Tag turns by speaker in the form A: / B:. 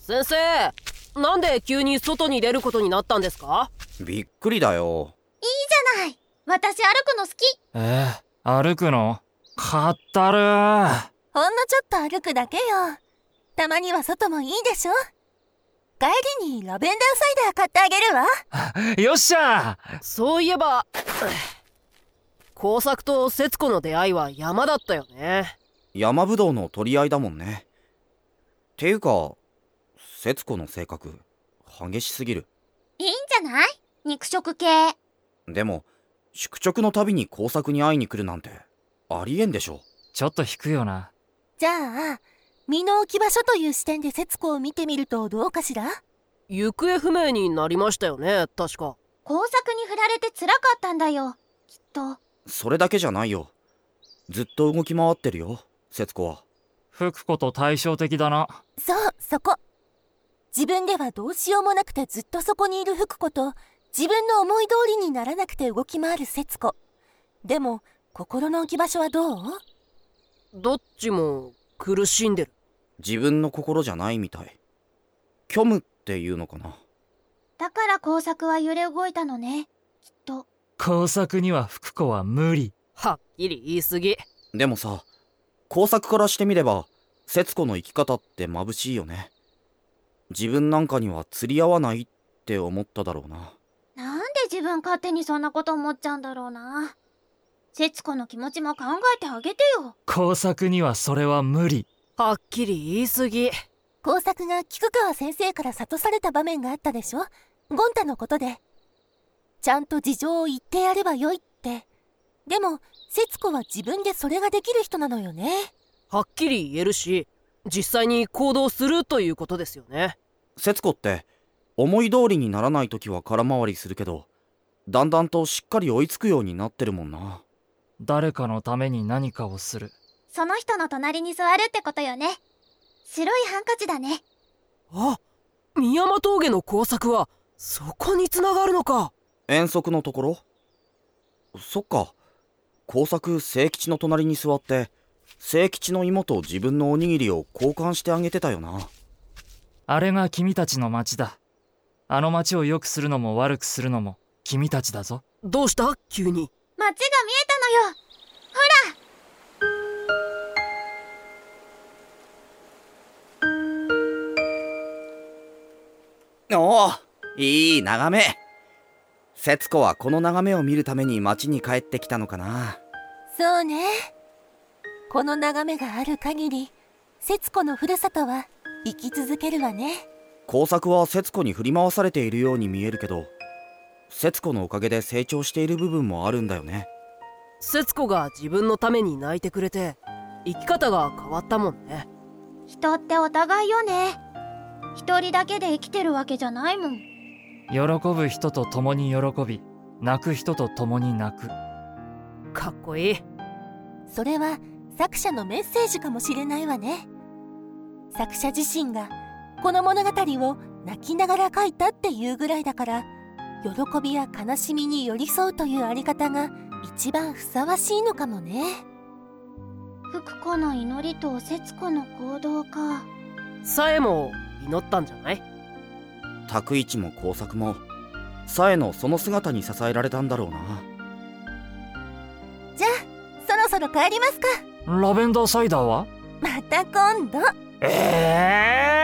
A: 先生なんで急に外に出ることになったんですか
B: びっくりだよ
C: じゃない私歩くの好き
D: えー、歩くのかったるー
C: ほんのちょっと歩くだけよたまには外もいいでしょ帰りにラベンダーサイダー買ってあげるわ
D: よっしゃー
A: そういえば工作と節子の出会いは山だったよね
B: 山ぶどうの取り合いだもんねていうか節子の性格激しすぎる
E: いいんじゃない肉食系
B: でも宿直の度に工作に会いに来るなんてありえんでしょ
D: ちょっと引くよな
C: じゃあ身の置き場所という視点で節子を見てみるとどうかしら
A: 行方不明になりましたよね確か
E: 工作に振られて辛かったんだよきっと
B: それだけじゃないよずっと動き回ってるよ節子は
D: 吹くこと対照的だな
C: そうそこ自分ではどうしようもなくてずっとそこにいる福子と自分の思い通りにならなくて動き回る節子でも心の置き場所はどう
A: どっちも苦しんでる
B: 自分の心じゃないみたい虚無っていうのかな
E: だから工作は揺れ動いたのねきっと
D: 工作には福子は無理
A: はっきり言い過ぎ
B: でもさ工作からしてみれば節子の生き方って眩しいよね自分なんかには釣り合わないって思っただろうな
E: なんで自分勝手にそんなこと思っちゃうんだろうな節子の気持ちも考えてあげてよ
D: 工作にはそれは無理
A: はっきり言い過ぎ
C: 工作が菊川先生から諭された場面があったでしょゴン太のことでちゃんと事情を言ってやればよいってでも節子は自分でそれができる人なのよね
A: はっきり言えるし実際に行動するということですよね
B: 節子って思い通りにならない時は空回りするけどだんだんとしっかり追いつくようになってるもんな
D: 誰かのために何かをする
E: その人の隣に座るってことよね白いハンカチだね
A: あ三山峠の工作はそこにつながるのか
B: 遠足のところそっか工作清吉の隣に座って清吉の芋と自分のおにぎりを交換してあげてたよな
D: あれが君たちの町だあの町を良くするのも悪くするのも君たちだぞ
A: どうした急に
E: 街が見えたのよ
B: おおいい眺め節子はこの眺めを見るために町に帰ってきたのかな
C: そうねこの眺めがある限り節子のふるさとは生き続けるわね
B: 工作は節子に振り回されているように見えるけど節子のおかげで成長している部分もあるんだよね
A: 節子が自分のために泣いてくれて生き方が変わったもんね
E: 人ってお互いよね一人だけで生きてるわけじゃないもん
D: 喜ぶ人と共に喜び泣く人と共に泣く
A: かっこいい
C: それは作者のメッセージかもしれないわね作者自身がこの物語を泣きながら書いたっていうぐらいだから喜びや悲しみに寄り添うというあり方が一番ふさわしいのかもね
E: 福子の祈りと節子の行動か
A: さえも祈ったんじゃない
B: 拓一も工作もさえのその姿に支えられたんだろうな
C: じゃあそろそろ帰りますか
D: ラベンダーサイダーは
C: また今度
D: ええー